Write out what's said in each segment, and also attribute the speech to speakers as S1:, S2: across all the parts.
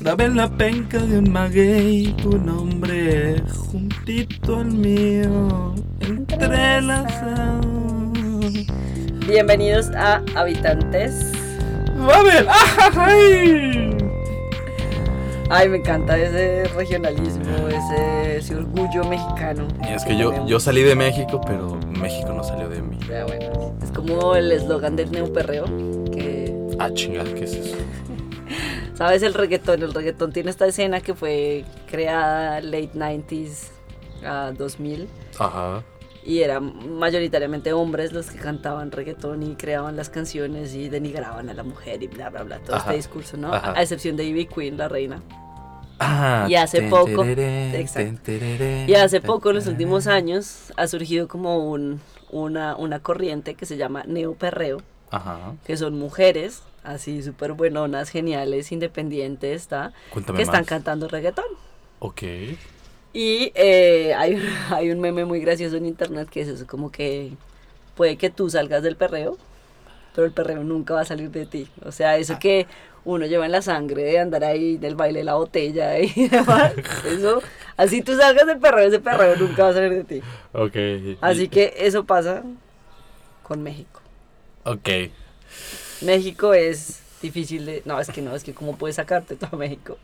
S1: Dame en la penca de un maguey tu nombre juntito al mío, entrelazado.
S2: Bienvenidos a Habitantes.
S1: ¡Mabel! ¡Ah, ¡Ay!
S2: Ay, me encanta ese regionalismo, ese, ese orgullo mexicano.
S3: Y es que yo, yo
S2: tenemos.
S3: salí de México, pero México no salió de mí.
S2: Ya, bueno, es como el eslogan del neoperreo, que
S3: Ah, chingada, ¿qué es eso?
S2: ¿Sabes el reggaetón? El reggaetón tiene esta escena que fue creada late 90s a 2000
S3: Ajá.
S2: y eran mayoritariamente hombres los que cantaban reggaetón y creaban las canciones y denigraban a la mujer y bla, bla, bla, todo
S3: Ajá.
S2: este discurso, ¿no?
S3: Ajá.
S2: A excepción de Ivy Queen, la reina.
S3: Ah,
S2: Y hace
S3: ten,
S2: poco-
S3: tereré, ten,
S2: exacto.
S3: tereré,
S2: Y hace
S3: ten,
S2: poco, en los
S3: tereré.
S2: últimos años, ha surgido como un, una, una corriente que se llama neoperreo,
S3: Ajá.
S2: que son mujeres así súper buenonas, geniales, independientes, ¿tá?
S3: Cuéntame
S2: que están
S3: más.
S2: cantando reggaetón.
S3: Ok.
S2: Y eh, hay, un- hay un meme muy gracioso en internet que es eso, como que puede que tú salgas del perreo, pero el perreo nunca va a salir de ti. O sea, eso
S3: Ah.
S2: que uno lleva en la sangre de andar ahí del baile de la botella y demás, eso, así tú salgas del perreo, ese perreo nunca va a salir de ti.
S3: Ok.
S2: Así que eso pasa con México.
S3: Ok.
S2: México es difícil de... No, es que no, es que cómo puedes sacarte todo a México.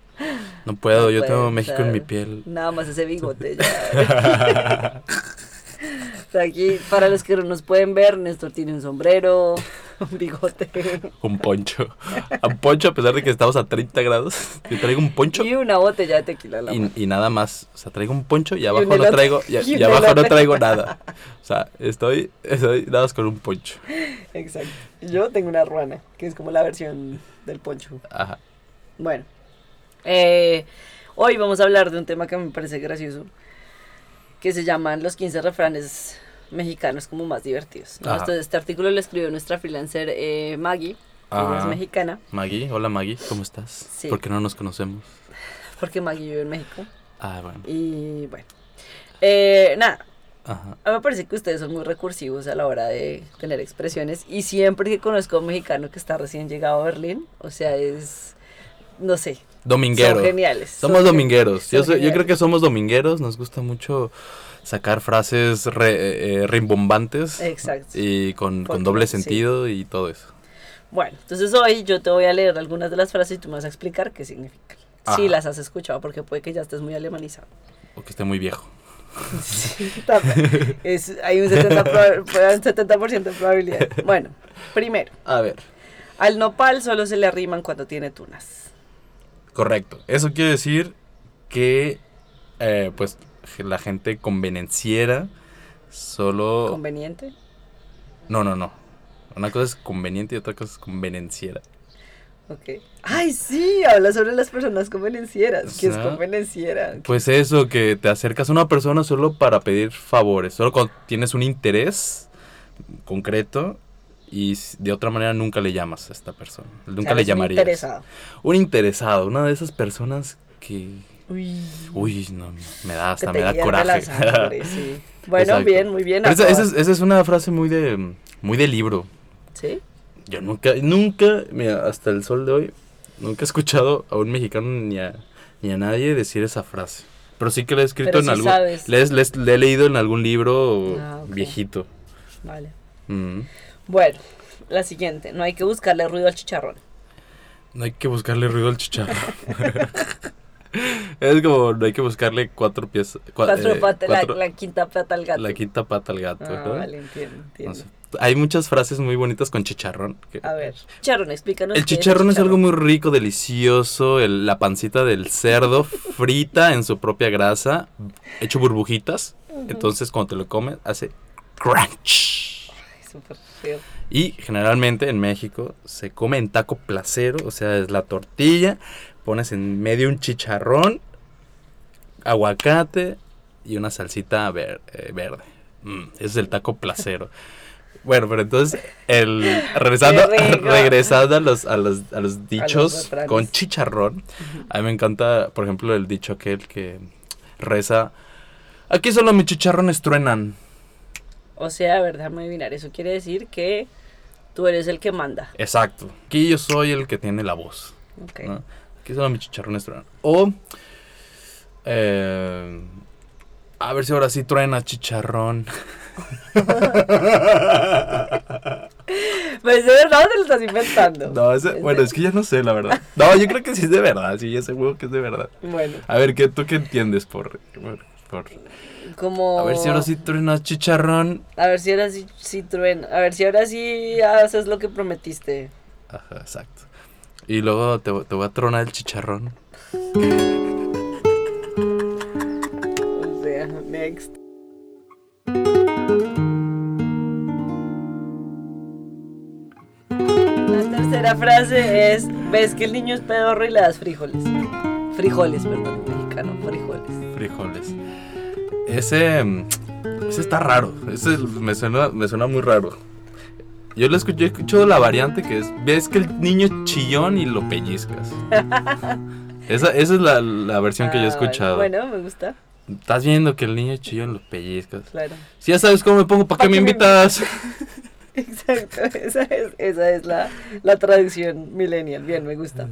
S3: No puedo,
S2: No
S3: yo tengo
S2: puede,
S3: México
S2: claro.
S3: en mi piel.
S2: Nada más ese bigote. ya. O sea, Aquí, para los que no nos pueden ver, Néstor tiene un sombrero, un bigote
S3: Un poncho. Un poncho, a pesar de que estamos a 30 grados. Yo traigo un poncho
S2: y una botella de tequila. en la mano.
S3: y, y nada más. O sea, traigo un poncho y
S2: un
S3: abajo no
S2: elote.
S3: traigo, y,
S2: Y un
S3: y abajo no
S2: elote.
S3: traigo nada. O sea, estoy, estoy nada más con un poncho.
S2: Exacto. Yo tengo una ruana, que es como la versión del poncho.
S3: Ajá.
S2: Bueno, eh, hoy vamos a hablar de un tema que me parece gracioso, que se llaman los 15 refranes mexicanos como más divertidos. ¿no?
S3: Ajá.
S2: Entonces, este artículo lo escribió nuestra freelancer eh, Maggie, que ella es
S3: Ajá.
S2: mexicana,
S3: Maggie, Ah, hola Maggie, ¿cómo estás?
S2: Sí.
S3: ¿Por qué no nos conocemos?
S2: porque Maggie vive en México.
S3: Ah, bueno.
S2: Y bueno, eh, nada,
S3: Ajá.
S2: a mí me parece que ustedes son muy recursivos a la hora de tener expresiones. Y siempre que conozco a un mexicano que está recién llegado a Berlín, o sea, es, no sé,
S3: Dominguero.
S2: son geniales.
S3: Somos
S2: son
S3: domingueros. Yo,
S2: son
S3: soy- yo creo
S2: geniales.
S3: que somos domingueros. Nos gusta mucho sacar frases re- eh, rimbombantes.
S2: Exacto.
S3: Y con, con
S2: Porque-
S3: doble
S2: sí.
S3: sentido y todo eso.
S2: Bueno, entonces hoy yo te voy a leer algunas de las frases y tú me vas a explicar qué significan.
S3: Ajá.
S2: Si las has escuchado, porque puede que ya estés muy alemanizado.
S3: O que esté muy viejo.
S2: Sí, también. Es- hay un 70%, proba- un 70 de probabilidad. Bueno, primero,
S3: A ver.
S2: al nopal solo se le arriman cuando tiene tunas.
S3: Correcto. Eso quiere decir que, eh, pues, je- la gente convenenciera solo...
S2: ¿Conveniente?
S3: no, no, no. Una cosa es conveniente y otra cosa es convenenciera.
S2: Ok. Ay, sí, habla sobre las personas convenencieras. ¿Qué es
S3: Ajá.
S2: convenenciera?
S3: Pues eso, que te acercas a una persona solo para pedir favores, solo cuando tienes un interés concreto y s- de otra manera nunca le llamas a esta persona,
S2: O
S3: nunca
S2: sea,
S3: le
S2: eres un
S3: llamarías.
S2: Interesado.
S3: Un interesado, una de esas personas que...
S2: Uy.
S3: Uy, no, me da
S2: que
S3: hasta,
S2: te
S3: me da
S2: hierve la
S3: coraje.
S2: sangre, sí. Bueno,
S3: Exacto.
S2: bien, muy bien.
S3: Pero esa, esa
S2: acabas.
S3: es, esa es una frase muy de, muy de libro.
S2: ¿Sí?
S3: Yo nunca, nunca, mira, hasta el sol de hoy, nunca he escuchado a un mexicano ni a, ni a nadie decir esa frase. Pero sí que la he escrito
S2: Pero
S3: en
S2: sí
S3: algún.
S2: sabes.
S3: le es- le es- le he leído en algún libro
S2: Ah, ok.
S3: viejito.
S2: Vale.
S3: Mm.
S2: Bueno, la siguiente. No hay que buscarle ruido al chicharrón.
S3: No hay que buscarle ruido al chicharro. es como, no hay que buscarle cuatro pies. cua-
S2: Cuatro
S3: eh,
S2: patas, la-
S3: cuatro-
S2: la, quinta pata al gato.
S3: la quinta pata al gato.
S2: Ah,
S3: ¿no?
S2: vale, entiendo, entiendo.
S3: No sé. Hay muchas frases muy bonitas con chicharrón. que-
S2: A ver, chicharrón, explícanos.
S3: El
S2: qué
S3: chicharrón es algo muy rico, delicioso, el- la pancita del cerdo frita en su propia grasa, hecho burbujitas. Entonces cuando te lo comes hace crunch.
S2: Ay, súper feo.
S3: Y generalmente en México se come en taco placero, o sea, es la tortilla, pones en medio un chicharrón, aguacate y una salsita ver- eh, verde. Mm, ese es el taco placero. Bueno, pero entonces, el, regresando,
S2: Qué rico.
S3: regresando a, los, a, los, a los dichos
S2: refranes.
S3: con chicharrón, a mí me encanta, por ejemplo, el dicho aquel que reza, aquí solo mis chicharrones truenan.
S2: O sea, a ver, déjame adivinar. Eso quiere decir que tú eres el que manda.
S3: Exacto. Aquí yo soy el que tiene la voz.
S2: Ok.
S3: ¿no? ¿Qué son mis chicharrones truenan? O. eh, a ver si ahora sí truena chicharrón.
S2: Pues de verdad te lo estás inventando.
S3: No, ese- bueno, es que ya no sé, la verdad. No, yo creo que sí es de verdad. Sí, ya seguro que es de verdad.
S2: Bueno,
S3: A ver, ¿qué, ¿tú qué entiendes por, por- por-
S2: como...
S3: A ver si ahora sí truena chicharrón.
S2: A ver si ahora sí, sí truena. A ver si ahora sí haces lo que prometiste.
S3: Ajá, exacto. Y luego te, te voy a tronar el chicharrón.
S2: O sea, next. La tercera frase es, ves que el niño es pedorro y le das frijoles. Frijoles, perdón, en mexicano, frijoles.
S3: Frijoles. Ese. mm, Ese está raro. Ese me suena, me suena muy raro. Yo lo escuché, he escuchado la variante que es. Ves que el niño es chillón y lo pellizcas. Esa, esa es la, la versión que yo he
S2: Ah,
S3: escuchado.
S2: Bueno, me gusta,
S3: Estás viendo que el niño es chillón y lo pellizcas.
S2: claro.
S3: Si ya sabes cómo me pongo, ¿para
S2: ¿Pa'
S3: qué me
S2: qué me
S3: invitas?
S2: Exacto, esa es, esa es la, la traducción millennial, bien, me gusta.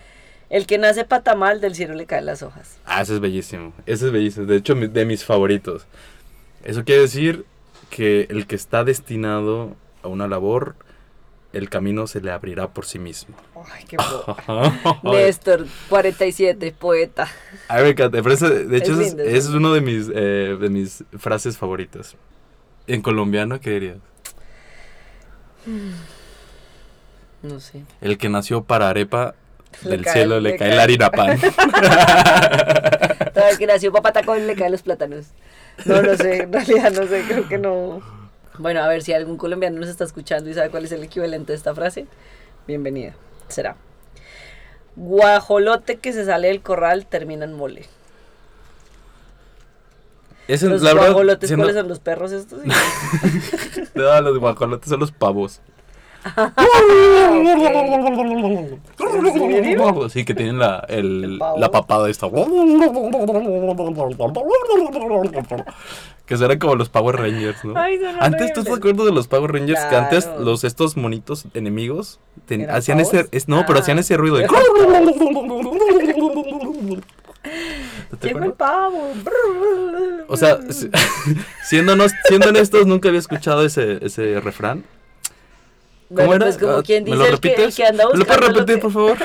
S2: El que nace patamal del cielo le caen las hojas.
S3: Ah, ese es bellísimo. Ese es bellísimo. De hecho, mi- de mis favoritos. Eso quiere decir que el que está destinado a una labor, el camino se le abrirá por sí mismo.
S2: Ay, qué po- Néstor, 47, poeta.
S3: Ay, me encanta. Pero ese- de hecho,
S2: Es
S3: ese es,
S2: lindo,
S3: ese
S2: es
S3: es uno de mis, eh, de mis frases favoritas. En colombiano, ¿qué dirías?
S2: No sé.
S3: El que nació para arepa,
S2: Le
S3: del
S2: cae-
S3: cielo le,
S2: le
S3: cae,
S2: cae.
S3: la harina pan.
S2: Todavía que nació papá tacón le caen los plátanos. No, no sé, en realidad no sé, creo que no. Bueno, a ver si algún colombiano nos está escuchando y sabe cuál es el equivalente de esta frase. Bienvenida, será. Guajolote que se sale del corral termina en mole.
S3: Ese,
S2: Los
S3: la verdad,
S2: guajolotes,
S3: siendo-
S2: ¿cuáles son los perros estos?
S3: No, los guajolotes son los pavos. Sí, que tienen la, el-
S2: ¿El pavo?
S3: la papada esta. Que serán como los Power Rangers, ¿no?
S2: Ay, son
S3: antes, ¿tú te
S2: horribles.
S3: acuerdas de los Power Rangers? Que antes
S2: Claro.
S3: los estos monitos enemigos ten-
S2: ¿Eran
S3: hacían ese...
S2: pavos?
S3: es- no, pero
S2: Ah.
S3: hacían ese ruido de... ¿No te
S2: Llegó el
S3: acuerdas?
S2: pavo.
S3: O sea, si- siéndonos, siendo honestos, nunca había escuchado ese, ese refrán.
S2: Bueno,
S3: era?
S2: pues como
S3: Ah,
S2: quien
S3: ¿me
S2: dice el que, el que anda
S3: ¿Me
S2: buscando.
S3: lo puedes
S2: lo
S3: repetir,
S2: que-
S3: por favor?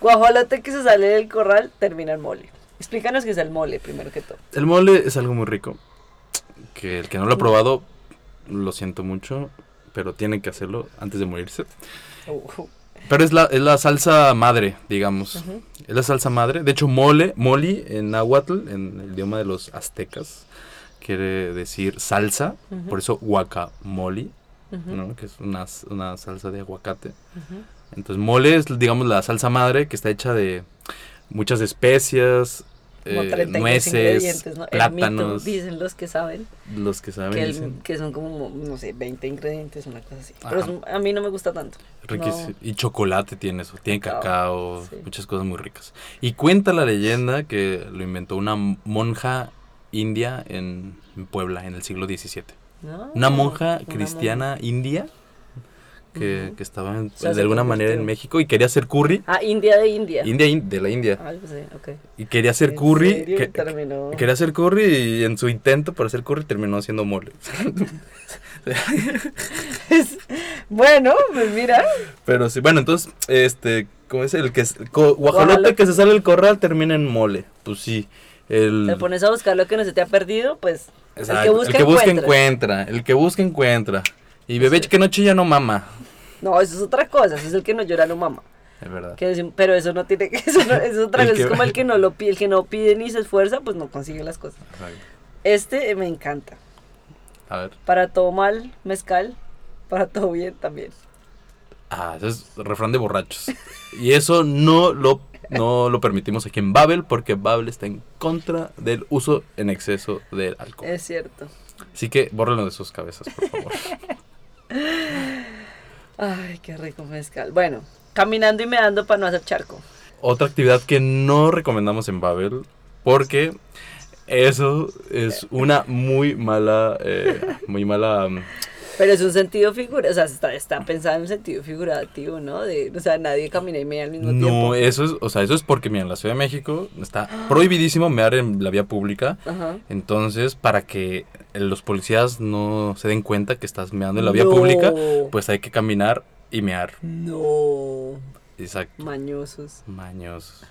S2: Guajolote que se sale del corral termina en mole. Explícanos qué es el mole, primero que todo.
S3: El mole es algo muy rico. Que el que no lo ha probado, lo siento mucho, pero tienen que hacerlo antes de morirse.
S2: Uh,
S3: Pero es la, es la salsa madre, digamos.
S2: Ujú.
S3: Es la salsa madre. De hecho, mole, moli en náhuatl, en el idioma de los aztecas, quiere decir salsa.
S2: Ujú.
S3: Por eso guacamole,
S2: ujú,
S3: ¿no? Que es una, s- una salsa de aguacate.
S2: ujú.
S3: Entonces, mole es, digamos, la salsa madre que está hecha de muchas especias,
S2: Como
S3: eh,
S2: 32
S3: nueces,
S2: ingredientes, ¿no? El mito,
S3: plátanos,
S2: dicen los que saben,
S3: los que saben,
S2: que, el-
S3: dicen,
S2: que son como, no sé, 20 ingredientes, una cosa así.
S3: Ajá.
S2: Pero es- a mí no me gusta tanto.
S3: riquis-
S2: no.
S3: Y chocolate tiene eso, tiene
S2: Cacao,
S3: cacao,
S2: sí.
S3: muchas cosas muy ricas. Y cuenta la leyenda que lo inventó una monja india en en Puebla en el siglo XVII.
S2: No,
S3: Una monja
S2: Mm, una
S3: cristiana india que,
S2: Ujú.
S3: que estaba en-
S2: sea,
S3: de
S2: se
S3: alguna manera en
S2: convirtió.
S3: México y quería hacer curry.
S2: monja. Ah, India de India.
S3: India, in- de la India.
S2: Ah, pues sí, ok.
S3: Y quería hacer
S2: ¿En
S3: curry.
S2: serio?
S3: que-
S2: Y terminó.
S3: Quería hacer curry y en su intento por hacer curry terminó haciendo mole.
S2: Bueno, pues mira.
S3: Pero sí, bueno, entonces, este, ¿cómo es? El que es- co- guajolote
S2: Guajolote.
S3: que se sale del corral termina en mole. Pues sí. El,
S2: Te pones a buscar lo que no se te ha perdido, pues.
S3: Exacto,
S2: El que busca, encuentra. Pues
S3: encuentra. El que busca encuentra. Y bebé que no chilla no mama.
S2: No, eso es otra cosa. Eso es el que no llora, no mama.
S3: Es verdad.
S2: Que decimos, pero eso no tiene que. Eso, no- eso otra
S3: El
S2: vez
S3: que-
S2: es como el que no lo pide, el que no pide ni se esfuerza, pues no consigue las cosas.
S3: Exacto.
S2: Este eh, me encanta.
S3: A ver.
S2: Para todo mal, mezcal. Para todo bien también.
S3: Ah, ese es refrán de borrachos. Y eso no lo, no lo permitimos aquí en Babel porque Babel está en contra del uso en exceso del alcohol.
S2: Es cierto.
S3: Así que bórrenlo de sus cabezas, por favor.
S2: Ay, qué rico mezcal. Bueno, caminando y me dando para no hacer charco.
S3: Otra actividad que no recomendamos en Babel porque eso es una muy mala, eh, muy mala mm,
S2: Pero es un sentido figurado, o sea, está, está pensado en un sentido figurativo, ¿no? De, o sea, nadie camina y mea al mismo
S3: No,
S2: tiempo.
S3: eso es, o sea, eso es porque, mira, en la Ciudad de México está prohibidísimo mear en la vía pública.
S2: Ajá.
S3: Entonces, para que los policías no se den cuenta que estás meando en la vía
S2: No.
S3: pública, pues hay que caminar y mear.
S2: No,
S3: Exacto.
S2: mañosos.
S3: Maños.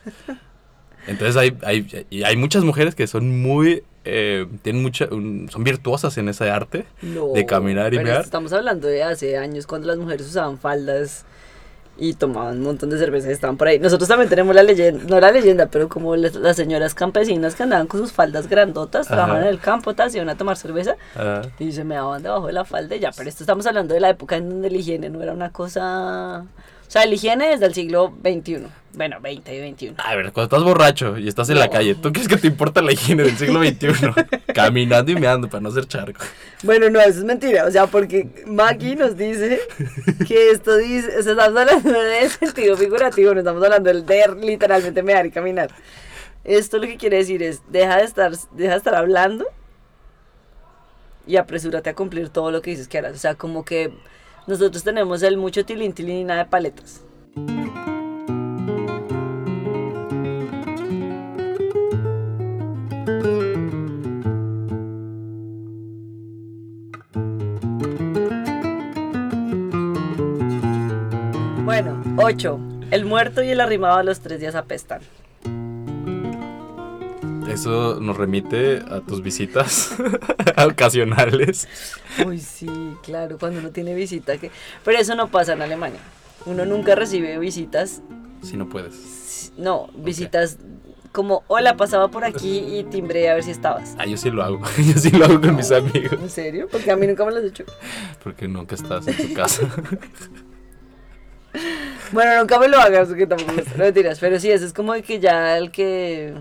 S3: Entonces hay, hay, y hay muchas mujeres que son muy, eh, tienen mucha, un- son virtuosas en ese arte.
S2: No.
S3: De caminar y
S2: Pero
S3: mear.
S2: Estamos hablando de hace años cuando las mujeres usaban faldas y tomaban un montón de cerveza y estaban por ahí. Nosotros también tenemos la leyenda, no la leyenda, pero como las, las señoras campesinas que andaban con sus faldas grandotas,
S3: Ajá.
S2: trabajaban en el campo, tal, se iban a tomar cerveza
S3: Ah,
S2: y se me daban debajo de la falda y ya. Pero esto estamos hablando de la época en donde la higiene no era una cosa. O sea, la higiene desde el siglo XXI. Bueno, 20 y 21.
S3: a ver, cuando estás borracho y estás en la
S2: No.
S3: calle, ¿tú crees que te importa la higiene del siglo XXI? Caminando y meando para no ser charco.
S2: Bueno, no, eso es mentira. O sea, porque Maggie nos dice que esto dice. O sea, estamos hablando de sentido figurativo, no estamos hablando del de literalmente mear y caminar. Esto lo que quiere decir es: deja de estar, deja de estar hablando y apresúrate a cumplir todo lo que dices que harás. O sea, como que nosotros tenemos el mucho tilín, tilín y nada de paletas. Bueno, 8. El muerto y el arrimado a los tres días apestan.
S3: Eso nos remite a tus visitas ocasionales.
S2: Uy, sí, claro, cuando uno tiene visita. Que... Pero eso no pasa en Alemania. Uno nunca recibe visitas,
S3: Si no puedes.
S2: no, visitas como, hola, pasaba por aquí y timbré a ver si estabas.
S3: Ah, yo sí lo hago. Yo sí lo hago con mis amigos.
S2: ¿En serio? Porque a mí nunca me lo has dicho.
S3: Porque nunca estás en tu casa.
S2: Bueno, nunca me lo hagas, que tampoco me- no tiras. Pero sí, eso es como de que ya el que.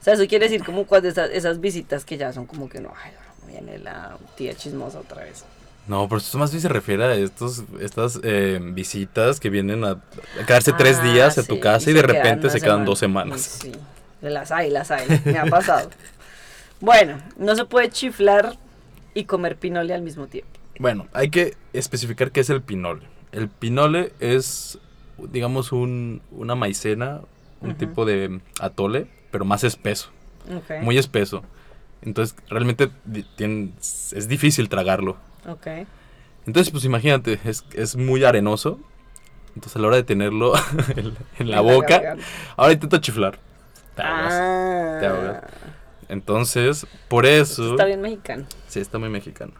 S2: O sea, eso quiere decir como cuando esas, esas visitas que ya son como que no, ay, ahora viene la tía chismosa otra vez.
S3: No, pero eso más bien se refiere a estos, estas eh, visitas que vienen a, a quedarse tres
S2: Ah,
S3: días a
S2: sí,
S3: tu casa y,
S2: se
S3: de
S2: quedan
S3: repente
S2: una
S3: se quedan dos
S2: semana.
S3: semanas.
S2: Sí, las hay, las hay, me ha pasado. bueno, no se puede chiflar y comer pinole al mismo tiempo.
S3: Bueno, hay que especificar qué es el pinole. El pinole es, digamos, un, una maicena, un
S2: Ujú.
S3: tipo de atole, pero más espeso,
S2: Ok,
S3: muy espeso. Entonces, realmente di- tien- es difícil tragarlo.
S2: ok.
S3: Entonces, pues imagínate, es, es muy arenoso. Entonces, a la hora de tenerlo en, la- en la boca,
S2: garganta.
S3: ahora intenta chiflar. Te ahogas.
S2: Ah,
S3: te ahogas. Entonces, por eso.
S2: está bien mexicano.
S3: Sí, está muy mexicano.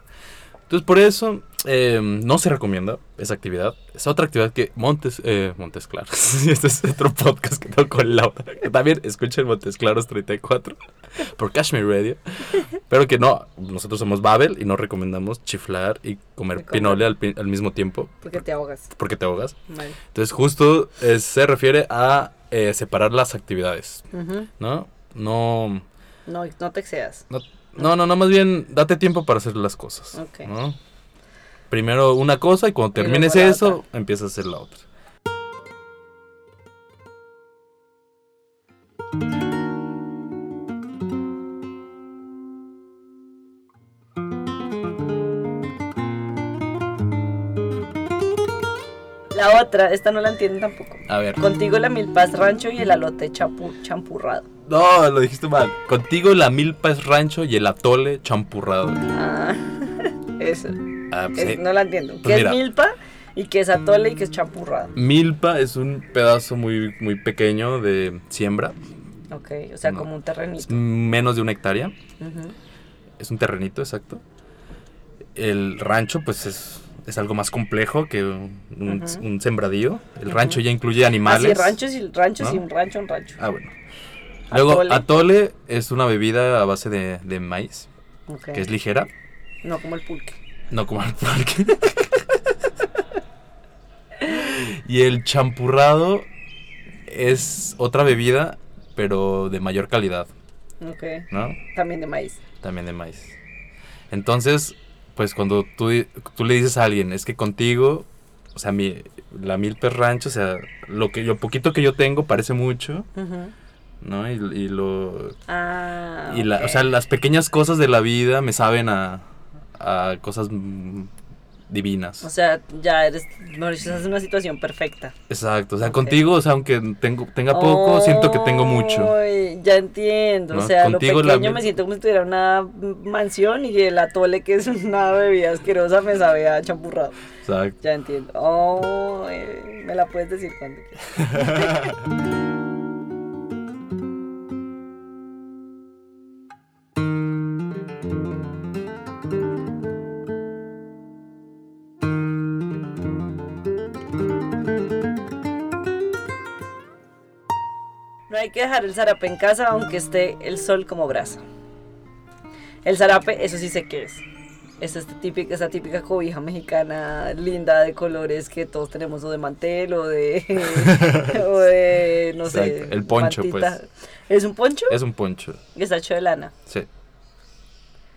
S3: Entonces, por eso eh, no se recomienda esa actividad. Es otra actividad que Montes, eh, Montes Claros. este es otro podcast que tengo con Laura. que también escuchen Montes Claros 34 por Cashmere Radio. Pero que no, nosotros somos Babel y no recomendamos chiflar y comer
S2: Y comer.
S3: pinole al, pi- al mismo tiempo
S2: Porque te ahogas.
S3: porque te ahogas.
S2: Vale.
S3: Entonces, justo eh, se refiere a eh, separar las actividades,
S2: Ujú.
S3: ¿no? No.
S2: No, no te excedas.
S3: No, no, no, no, más bien date tiempo para hacer las cosas.
S2: Ok.
S3: ¿no? Primero una cosa y cuando
S2: Este. Y luego
S3: termines
S2: la
S3: eso, empiezas a hacer la otra.
S2: La otra, esta no la entienden tampoco.
S3: A ver.
S2: Contigo la milpaz rancho y el alote chapu- champurrado.
S3: No, lo dijiste mal. Contigo la milpa es rancho y el atole champurrado.
S2: Ah, eso.
S3: Ah, pues,
S2: Es-
S3: eh,
S2: No la entiendo.
S3: Pues
S2: Que es
S3: mira.
S2: milpa y que es atole y que es champurrado.
S3: Milpa es un pedazo muy, muy pequeño de siembra,
S2: Ok, o sea,
S3: No.
S2: como un
S3: es
S2: terrenito.
S3: menos de una hectárea.
S2: Ujú. Ah,
S3: Es un terrenito, exacto. El rancho, pues es, es algo más complejo que un, un-
S2: Ujú.
S3: un sembradío. El rancho ya incluye animales.
S2: Ah, sí, rancho, sí, rancho,
S3: ¿No?
S2: sí, un rancho, un rancho.
S3: Ah, bueno. Luego,
S2: Atole.
S3: atole, es una bebida a base de, de maíz,
S2: Ok.
S3: que es ligera,
S2: No como el pulque.
S3: no como el parque. y el champurrado es otra bebida, pero de mayor calidad,
S2: Ok.
S3: ¿no?
S2: También de maíz.
S3: También de maíz. Entonces, pues cuando tú, di- tú le dices a alguien, es que contigo, o sea, mi, la milpa es rancho, o sea, lo, que, lo poquito que yo tengo parece mucho, ¿no? Y, y lo,
S2: Ah.
S3: Y la, o
S2: ok.
S3: sea, las pequeñas cosas de la vida me saben a, a cosas mm, divinas.
S2: O sea, ya eres, mejor dicho, estás en una situación perfecta.
S3: Exacto, o sea,
S2: Ok.
S3: contigo, o sea, aunque tengo, tenga poco, siento que tengo mucho.
S2: Ay, Ya entiendo,
S3: ¿No?
S2: o sea,
S3: Contigo
S2: lo
S3: la
S2: pequeño
S3: mi-
S2: me siento como si tuviera una mansión y el atole que es una bebida asquerosa me sabe a champurrado.
S3: Exacto.
S2: Ya entiendo. Oh, eh, me la puedes decir cuando quieras. No hay que dejar el zarape en casa aunque esté el sol como brasa. El zarape, eso sí sé qué es. Es esta típica, esa típica cobija mexicana linda de colores que todos tenemos o de mantel o de... o de, no sé.
S3: Exacto, el poncho, pues.
S2: ¿Es un poncho?
S3: Es un poncho,
S2: Y está hecho de lana.
S3: sí.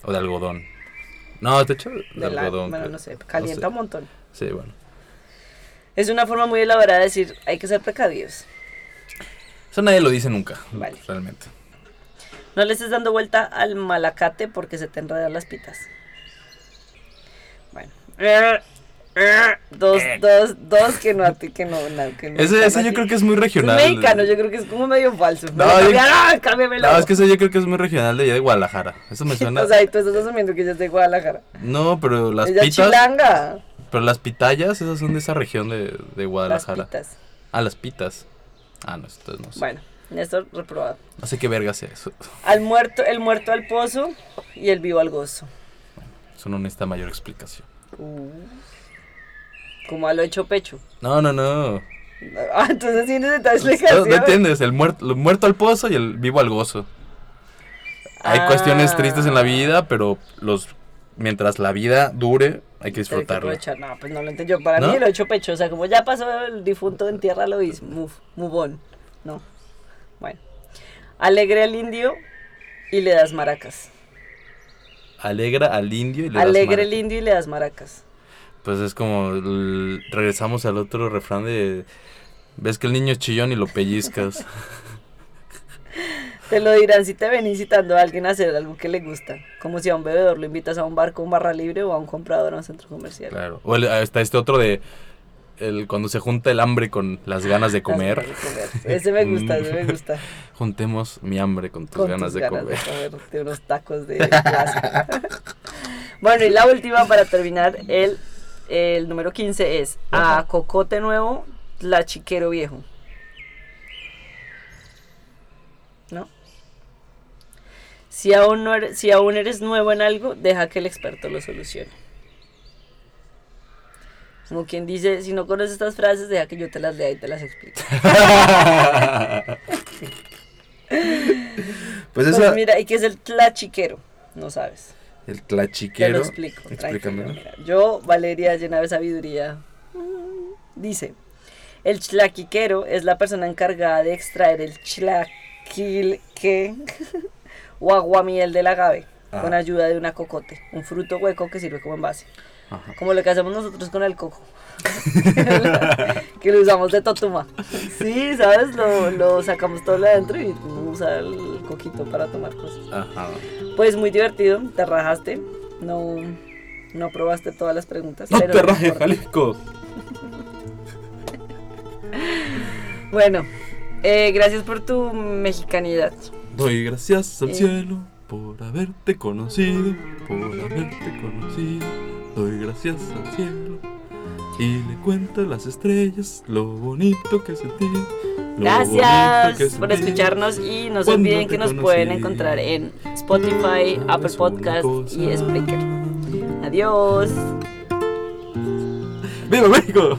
S3: O de algodón. No, te hecho de,
S2: De, lana.
S3: algodón.
S2: bueno,
S3: creo.
S2: no sé, calienta un montón.
S3: Sí, bueno.
S2: Es una forma muy elaborada de decir, hay que ser precavidos.
S3: Eso nadie lo dice nunca,
S2: Vale.
S3: realmente.
S2: No le estés dando vuelta al malacate porque se te enredan las pitas. Bueno. Dos, dos, dos que no, ati- que no, na- que no
S3: Ese,
S2: están
S3: ese yo
S2: aquí.
S3: creo que es muy
S2: Mm, Es
S3: regional.
S2: mexicano, yo creo que es como medio falso.
S3: No,
S2: No,
S3: yo-
S2: cámbiala, cámbiamelo.
S3: No, es que eso yo creo que es muy regional de allá de Guadalajara. Eso me suena.
S2: O sea, y tú estás asumiendo que yo soy de Guadalajara.
S3: no, pero las
S2: Ella es
S3: pitas.
S2: chilanga.
S3: Pero las pitayas, esas son de esa región de, de
S2: Las
S3: Guadalajara.
S2: pitas.
S3: Ah, las pitas. Ah, no, esto no sé.
S2: Bueno, Néstor, reprobado.
S3: No sé qué verga sea eso.
S2: Al muerto, el muerto al pozo y el vivo al gozo.
S3: Eso no necesita mayor explicación.
S2: Uh. Como a lo hecho pecho.
S3: No, no, no.
S2: Ah, entonces sí necesitas
S3: Pues, No,
S2: explicación.
S3: no entiendes, el muerto, el muerto al pozo y el vivo al gozo. Hay
S2: Ah.
S3: cuestiones tristes en la vida, pero los mientras la vida dure, hay que
S2: Pero hay que
S3: disfrutarla.
S2: aprovechar. No, pues no lo entendió. Para
S3: ¿No?
S2: mí lo hecho pecho. O sea, como ya pasó el difunto en tierra, lo hizo. Move, move on. No. Bueno. Alegre al indio y le das maracas.
S3: Alegra al indio y le das
S2: Alegre
S3: mano.
S2: el indio y le das maracas.
S3: Pues es como el- regresamos al otro refrán de ves que el niño es chillón y lo pellizcas.
S2: Te lo dirán si te ven incitando a alguien a hacer algo que le gusta. Como si a un bebedor lo invitas a un barco, un barra libre o a un comprador a un centro comercial.
S3: claro. O el- está este otro de el, cuando se junta el hambre con las ganas de comer.
S2: Las ganas de comer. Ese me gusta, ese me gusta.
S3: Juntemos mi hambre con tus
S2: con
S3: ganas,
S2: tus
S3: de,
S2: ganas
S3: comer.
S2: de comer de unos tacos de plaza. bueno, y la última para terminar, el, el número 15 es a
S3: Ajá.
S2: cocote nuevo, la chiquero viejo. ¿No? Si aún, no eres, si aún eres nuevo en algo, deja que el experto lo solucione. Como quien dice, si no conoces estas frases, deja que yo te las lea y te las explique.
S3: pues
S2: Pues
S3: esa
S2: mira, ¿y qué es el tlachiquero? No sabes.
S3: el
S2: Te lo
S3: clachiquero.
S2: explico. tranquilo,
S3: Explícamelo.
S2: mira. Yo, Valeria llena de sabiduría, dice, el tlaquiquero es la persona encargada de extraer el tlaquilque o aguamiel del agave
S3: Ah.
S2: con ayuda de una cocote, un fruto hueco que sirve como envase.
S3: Ajá.
S2: Como lo que hacemos nosotros con el coco. que lo usamos de totuma. Sí, ¿sabes? Lo, lo sacamos todo lo de adentro y uno usa el coquito para tomar cosas.
S3: Ajá.
S2: Pues muy divertido, te rajaste. No, no probaste todas las preguntas.
S3: No
S2: pero
S3: te
S2: no
S3: rajes,
S2: importa.
S3: ¡Ah, Jalisco.
S2: Bueno, eh, gracias por tu mexicanidad.
S3: Doy gracias al
S2: Eh.
S3: cielo por haberte conocido, por haberte conocido. Doy gracias al cielo y le cuento a las estrellas lo bonito que sentí. lo bonito que
S2: Gracias por
S3: sentí.
S2: escucharnos y no se
S3: Cuando
S2: olviden
S3: te
S2: que nos
S3: conocí.
S2: pueden encontrar en Spotify, Apple Podcast y Spreaker. Adiós.
S3: ¡Viva México!